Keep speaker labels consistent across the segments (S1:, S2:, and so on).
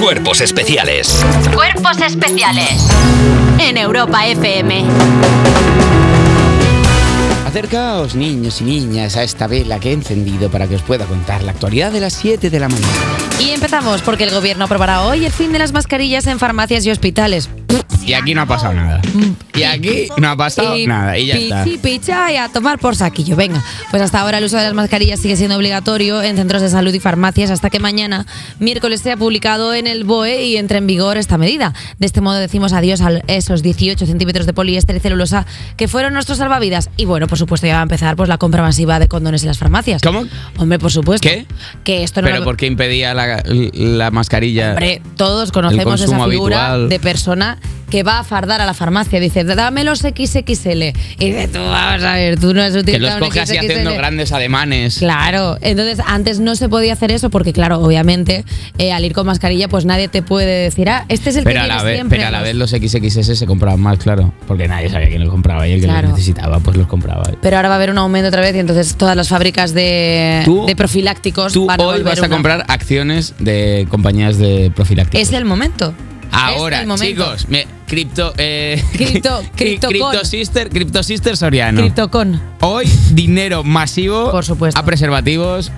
S1: Cuerpos especiales.
S2: Cuerpos especiales. En Europa FM.
S3: Acercaos, niños y niñas, a esta vela que he encendido para que os pueda contar la actualidad de las 7 de la mañana.
S4: Y empezamos porque el gobierno aprobará hoy el fin de las mascarillas en farmacias y hospitales.
S3: Y aquí no ha pasado nada. Y aquí no ha pasado
S4: Y
S3: nada. Y ya está.
S4: pichi, picha y a tomar por saquillo. Venga, pues hasta ahora el uso de las mascarillas sigue siendo obligatorio en centros de salud y farmacias hasta que mañana, miércoles, sea publicado en el BOE y entre en vigor esta medida. De este modo decimos adiós a esos 18 centímetros de poliéster y celulosa que fueron nuestros salvavidas. Y bueno, por supuesto ya va a empezar pues la compra masiva de condones en las farmacias.
S3: ¿Cómo?
S4: Hombre, por supuesto.
S3: ¿Qué?
S4: Que esto no
S3: Pero
S4: lo-
S3: ¿por qué impedía la, la mascarilla?
S4: Hombre, todos conocemos
S3: Eh, El
S4: esa
S3: consumo
S4: figura
S3: habitual.
S4: de persona que va a fardar a la farmacia. Dice, dame los XXL. Y dice, tú, vamos a ver, tú no has
S3: que
S4: utilizado un
S3: los coge así
S4: XXL".
S3: haciendo grandes ademanes.
S4: Claro, entonces antes no se podía hacer eso porque, claro, obviamente, eh, al ir con mascarilla, pues nadie te puede decir, ah, este es el
S3: Pero
S4: que
S3: a, la
S4: tienes
S3: vez,
S4: siempre. pues.
S3: pero a la vez los XXS se compraban más, claro. Porque nadie sabía quién los compraba y el que
S4: Claro.
S3: los necesitaba, pues los compraba.
S4: Pero ahora va a haber un aumento otra vez y entonces todas las fábricas de,
S3: Tú-
S4: de profilácticos
S3: Tú
S4: van a
S3: hoy
S4: volver
S3: vas a
S4: una-
S3: comprar acciones de compañías de profilácticos.
S4: Es el momento.
S3: Ahora,
S4: Es el momento.
S3: chicos, me, cripto, eh,
S4: Cripto- criptocon.
S3: cripto sister, cripto sister Soriano.
S4: Criptocon.
S3: Hoy dinero masivo
S4: Por supuesto.
S3: a preservativos,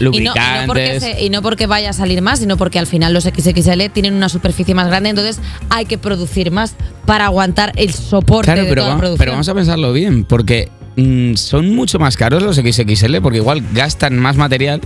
S4: Y no, y no porque
S3: lubricantes.
S4: se- y no porque vaya a salir más, sino porque al final los XXL tienen una superficie más grande, entonces hay que producir más para aguantar el soporte
S3: Claro,
S4: de
S3: pero,
S4: toda la
S3: vamos-
S4: producción.
S3: pero vamos a pensarlo bien, porque mm, son mucho más caros los XXL, porque igual gastan más material.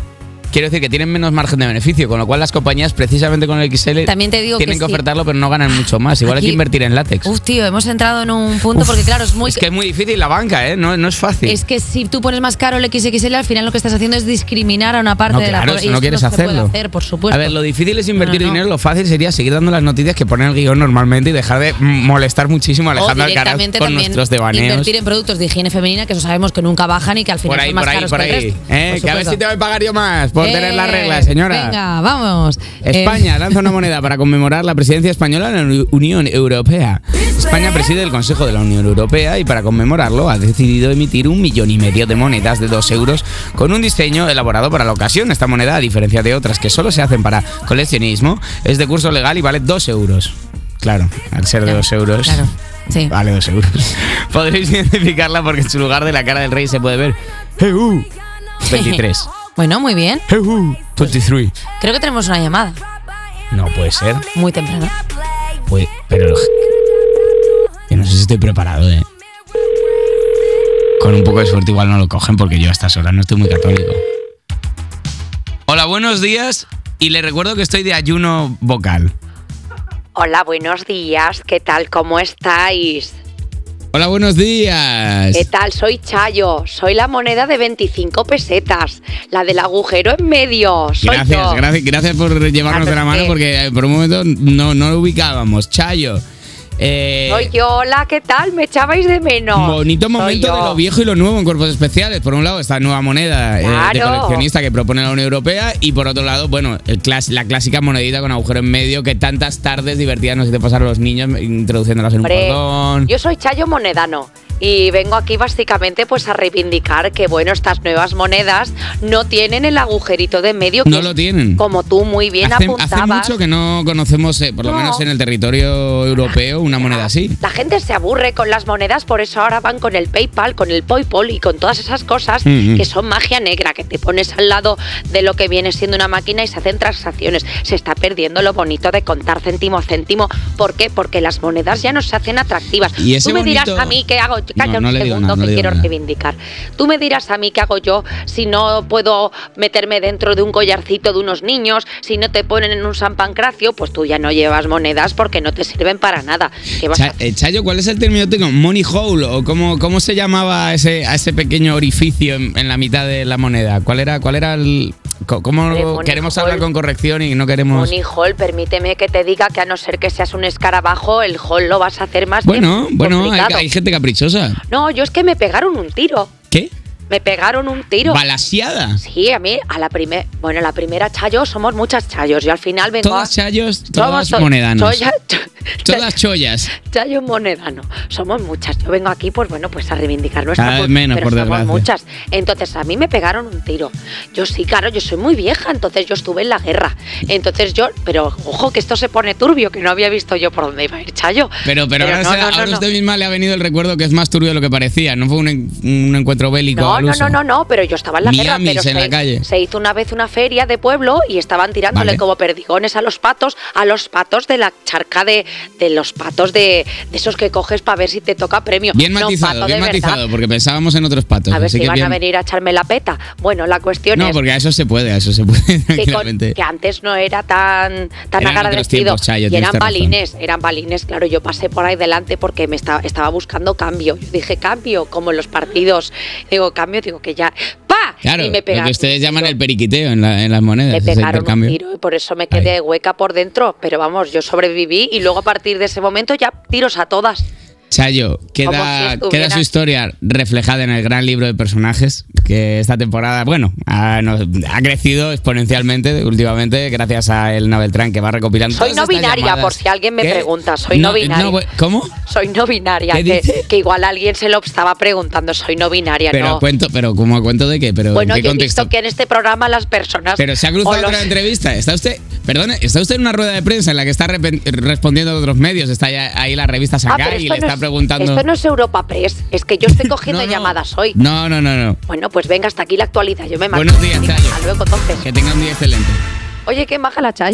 S3: Quiero decir que tienen menos margen de beneficio, con lo cual las compañías precisamente con el XL
S4: También te digo que
S3: tienen que,
S4: sí.
S3: ofertarlo, pero no ganan mucho más. Igual hay
S4: Aquí-
S3: que invertir en látex.
S4: Uf, tío, hemos entrado en un punto porque claro, es muy
S3: Es que es muy difícil la banca, ¿eh? No, no es fácil.
S4: es que si tú pones más caro el XXL, al final lo que estás haciendo es discriminar a una parte
S3: No,
S4: de la
S3: claro,
S4: población.
S3: eso no quieres
S4: se puede
S3: hacerlo.
S4: hacer, por supuesto.
S3: A ver, lo difícil es invertir
S4: No, no, no.
S3: dinero, lo fácil sería seguir dando las noticias que pone el guión normalmente y dejar de mm, molestar muchísimo a
S4: o
S3: Alejandro Alcaraz
S4: directamente
S3: con
S4: también
S3: nuestros devaneos.
S4: invertir en productos de higiene femenina que eso sabemos que nunca bajan y que al final
S3: Por ahí,
S4: son más
S3: por ahí,
S4: caros
S3: por
S4: que el
S3: ahí.
S4: resto.
S3: Eh,
S4: Por
S3: que a ver
S4: supuesto.
S3: si te voy a pagar yo más por tener las
S4: Eh,
S3: reglas, señora.
S4: Venga, vamos. Eh,
S3: España lanza una moneda para conmemorar la presidencia española en la Unión Europea. España preside el Consejo de la Unión Europea y para conmemorarlo ha decidido emitir un millón y medio de monedas de 2 euros con un diseño elaborado para la ocasión. Esta moneda, a diferencia de otras que solo se hacen para coleccionismo, es de curso legal y vale 2 euros. Claro, al ser de 2 euros.
S4: Claro, sí.
S3: Vale, 2 euros. Podréis identificarla porque en su lugar de la cara del rey se puede ver EU 23.
S4: Bueno, muy bien.
S3: EU 23.
S4: Creo que tenemos una llamada
S3: No puede ser.
S4: muy temprano.
S3: Pues, pero. Yo no sé si estoy preparado, eh. Con un poco de suerte igual no lo cogen porque yo a estas horas no estoy muy católico. Hola, buenos días. Y le recuerdo que estoy de ayuno vocal.
S5: Hola, buenos días. ¿Qué tal? ¿Cómo estáis?
S3: Hola, buenos días.
S5: ¿Qué tal? Soy Chayo. Soy la moneda de 25 pesetas. La del agujero en medio. Soy
S3: Gracias,
S5: yo.
S3: gracias, gracias por llevarnos
S5: Ah,
S3: de la
S5: pero
S3: mano
S5: qué.
S3: porque eh, por un momento no, no lo ubicábamos. Chayo. eh,
S5: Soy yo. Hola, ¿qué tal? Me echabais de menos.
S3: Bonito
S5: Soy
S3: momento
S5: yo.
S3: de lo viejo y lo nuevo en cuerpos especiales. Por un lado, esta nueva moneda eh, de
S5: Claro.
S3: coleccionista que propone la Unión Europea. Y por otro lado, bueno, el clas- la clásica monedita con agujero en medio que tantas tardes divertidas nos hizo pasar a los niños introduciéndolas en un
S5: Hombre,
S3: cordón.
S5: Yo soy Chayo Monedano y vengo aquí básicamente pues a reivindicar que bueno, estas nuevas monedas no tienen el agujerito de en medio que
S3: No
S5: es
S3: lo tienen.
S5: Como tú muy bien
S3: hace, hace
S5: apuntabas.
S3: mucho que no conocemos, eh, por lo
S5: No.
S3: menos en el territorio europeo, una moneda así.
S5: La gente se aburre con las monedas, por eso ahora van con el PayPal, con el PayPal y con todas esas cosas
S3: Mm, mm.
S5: que son magia negra, que te pones al lado de lo que viene siendo una máquina y se hacen transacciones. Se está perdiendo lo bonito de contar céntimo a céntimo. ¿Por qué? Porque las monedas ya no se hacen atractivas.
S3: Y ese
S5: Tú me dirás
S3: bonito-
S5: a mí qué hago.
S3: No,
S5: Calla
S3: no
S5: un
S3: le digo
S5: segundo
S3: nada, no le
S5: que
S3: digo
S5: quiero
S3: nada.
S5: reivindicar. Tú me dirás a mí qué hago yo si no puedo meterme dentro de un collarcito de unos niños, si no te ponen en un San Pancracio, pues tú ya no llevas monedas porque no te sirven para nada. ¿Qué vas a
S3: Cha- eh, Chayo, ¿cuál es el término técnico? Money hole, o cómo, cómo se llamaba ese, a ese pequeño orificio en, en la mitad de la moneda. ¿Cuál era, cuál era el. co- ¿Cómo
S5: Hombre, Eh, money
S3: queremos
S5: hole.
S3: hablar con corrección y no queremos.
S5: Money hall, permíteme que te diga que a no ser que seas un escarabajo, el hall lo vas a hacer más
S3: Bueno,
S5: bien
S3: bueno, hay,
S5: complicado.
S3: hay gente caprichosa.
S5: No, yo es que me pegaron un tiro.
S3: ¿Qué?
S5: Me pegaron un tiro.
S3: Balasiada.
S5: Sí, a mí, a la primera, bueno, la primera Chayo, somos muchas Chayos. Yo al final vengo
S3: Todas
S5: a-
S3: chayos,
S5: Somos
S3: todas
S5: to-
S3: monedanos.
S5: choya- cho-
S3: Todas chollas.
S5: Chayo Monedano. Somos muchas. Yo vengo aquí, pues bueno, pues a reivindicar nuestra
S3: Cada vez
S5: cul-
S3: Ah, menos,
S5: pero
S3: por
S5: somos
S3: desgracia.
S5: muchas. Entonces, a mí me pegaron un tiro. Yo sí, claro, yo soy muy vieja, entonces yo estuve en la guerra. Entonces yo, pero ojo que esto se pone turbio, que no había visto yo por dónde iba a ir Chayo.
S3: Pero, pero, ahora,
S5: no,
S3: se-
S5: no, no,
S3: ahora
S5: no.
S3: usted misma le ha venido el recuerdo que es más turbio de lo que parecía. No fue un, en- un encuentro bélico.
S5: No,
S3: al
S5: no,
S3: uso.
S5: no, no, no, pero yo estaba en la guerra.
S3: Miamis
S5: Pero
S3: en la calle.
S5: se hizo una vez una feria de pueblo y estaban tirándole
S3: Vale.
S5: como perdigones a los patos, a los patos de la charca de, de los patos de, de esos que coges para ver si te toca premio.
S3: Bien
S5: No,
S3: matizado,
S5: pato
S3: bien
S5: de
S3: matizado,
S5: verdad.
S3: porque pensábamos en otros patos.
S5: A ver
S3: así
S5: si
S3: que
S5: van a
S3: bien.
S5: venir a echarme la peta. Bueno, la cuestión
S3: No,
S5: es
S3: porque a eso se puede, a eso se puede
S5: que, con-
S3: tranquilamente.
S5: que antes no era tan, tan
S3: Eran otros
S5: agradecido.
S3: tiempos, Chayo,
S5: y
S3: tienes
S5: eran
S3: razón.
S5: balines, eran balines, claro. Yo pasé por ahí delante porque me estaba, estaba buscando cambio. Yo dije, cambio, como en los partidos. Digo, cambio, digo que ya. ¡Pa!
S3: Claro,
S5: y me
S3: lo
S5: pegaron.
S3: que ustedes llaman el periquiteo en, la- en las monedas.
S5: me
S3: ese
S5: pegaron un
S3: intercambio.
S5: tiro y por eso me quedé
S3: Ahí.
S5: hueca por dentro. Pero vamos, yo sobreviví y luego a partir de ese momento ya tiros a todas.
S3: Chayo,
S5: Como si
S3: queda,
S5: estuvieras-
S3: queda su historia reflejada en el gran libro de personajes que esta temporada, bueno, ha, nos- ha crecido exponencialmente últimamente gracias a el Nabeltrán que va recopilando.
S5: Soy
S3: todas
S5: no
S3: estas
S5: binaria,
S3: llamadas.
S5: por si alguien me
S3: ¿Qué?
S5: pregunta, soy no binaria.
S3: bueno, ¿Cómo?
S5: Soy no binaria,
S3: ¿Qué
S5: que,
S3: dice?
S5: que igual alguien se lo estaba preguntando. Soy no binaria,
S3: Pero
S5: ¿no?
S3: cuento, pero ¿cómo cuento de qué? Pero
S5: Bueno,
S3: ¿en qué
S5: yo he
S3: contexto?
S5: visto que en este programa las personas.
S3: Pero se ha
S5: o
S3: cruzado
S5: los-
S3: otra entrevista. Está usted, perdone, está usted en una rueda de prensa en la que está repen- respondiendo a otros medios. Está ya ahí la revista
S5: Ah,
S3: Sakai
S5: pero
S3: y
S5: esto
S3: le
S5: no
S3: está
S5: es-
S3: preguntando.
S5: Esto no es Europa Press, es que yo estoy cogiendo
S3: No, no.
S5: llamadas hoy.
S3: No, no, no, no.
S5: Bueno, pues venga, hasta aquí la actualidad. Yo me marcho.
S3: Buenos días, Chayo.
S5: Hasta luego, entonces.
S3: Que tenga un día excelente.
S5: Oye, qué maja la Chayo.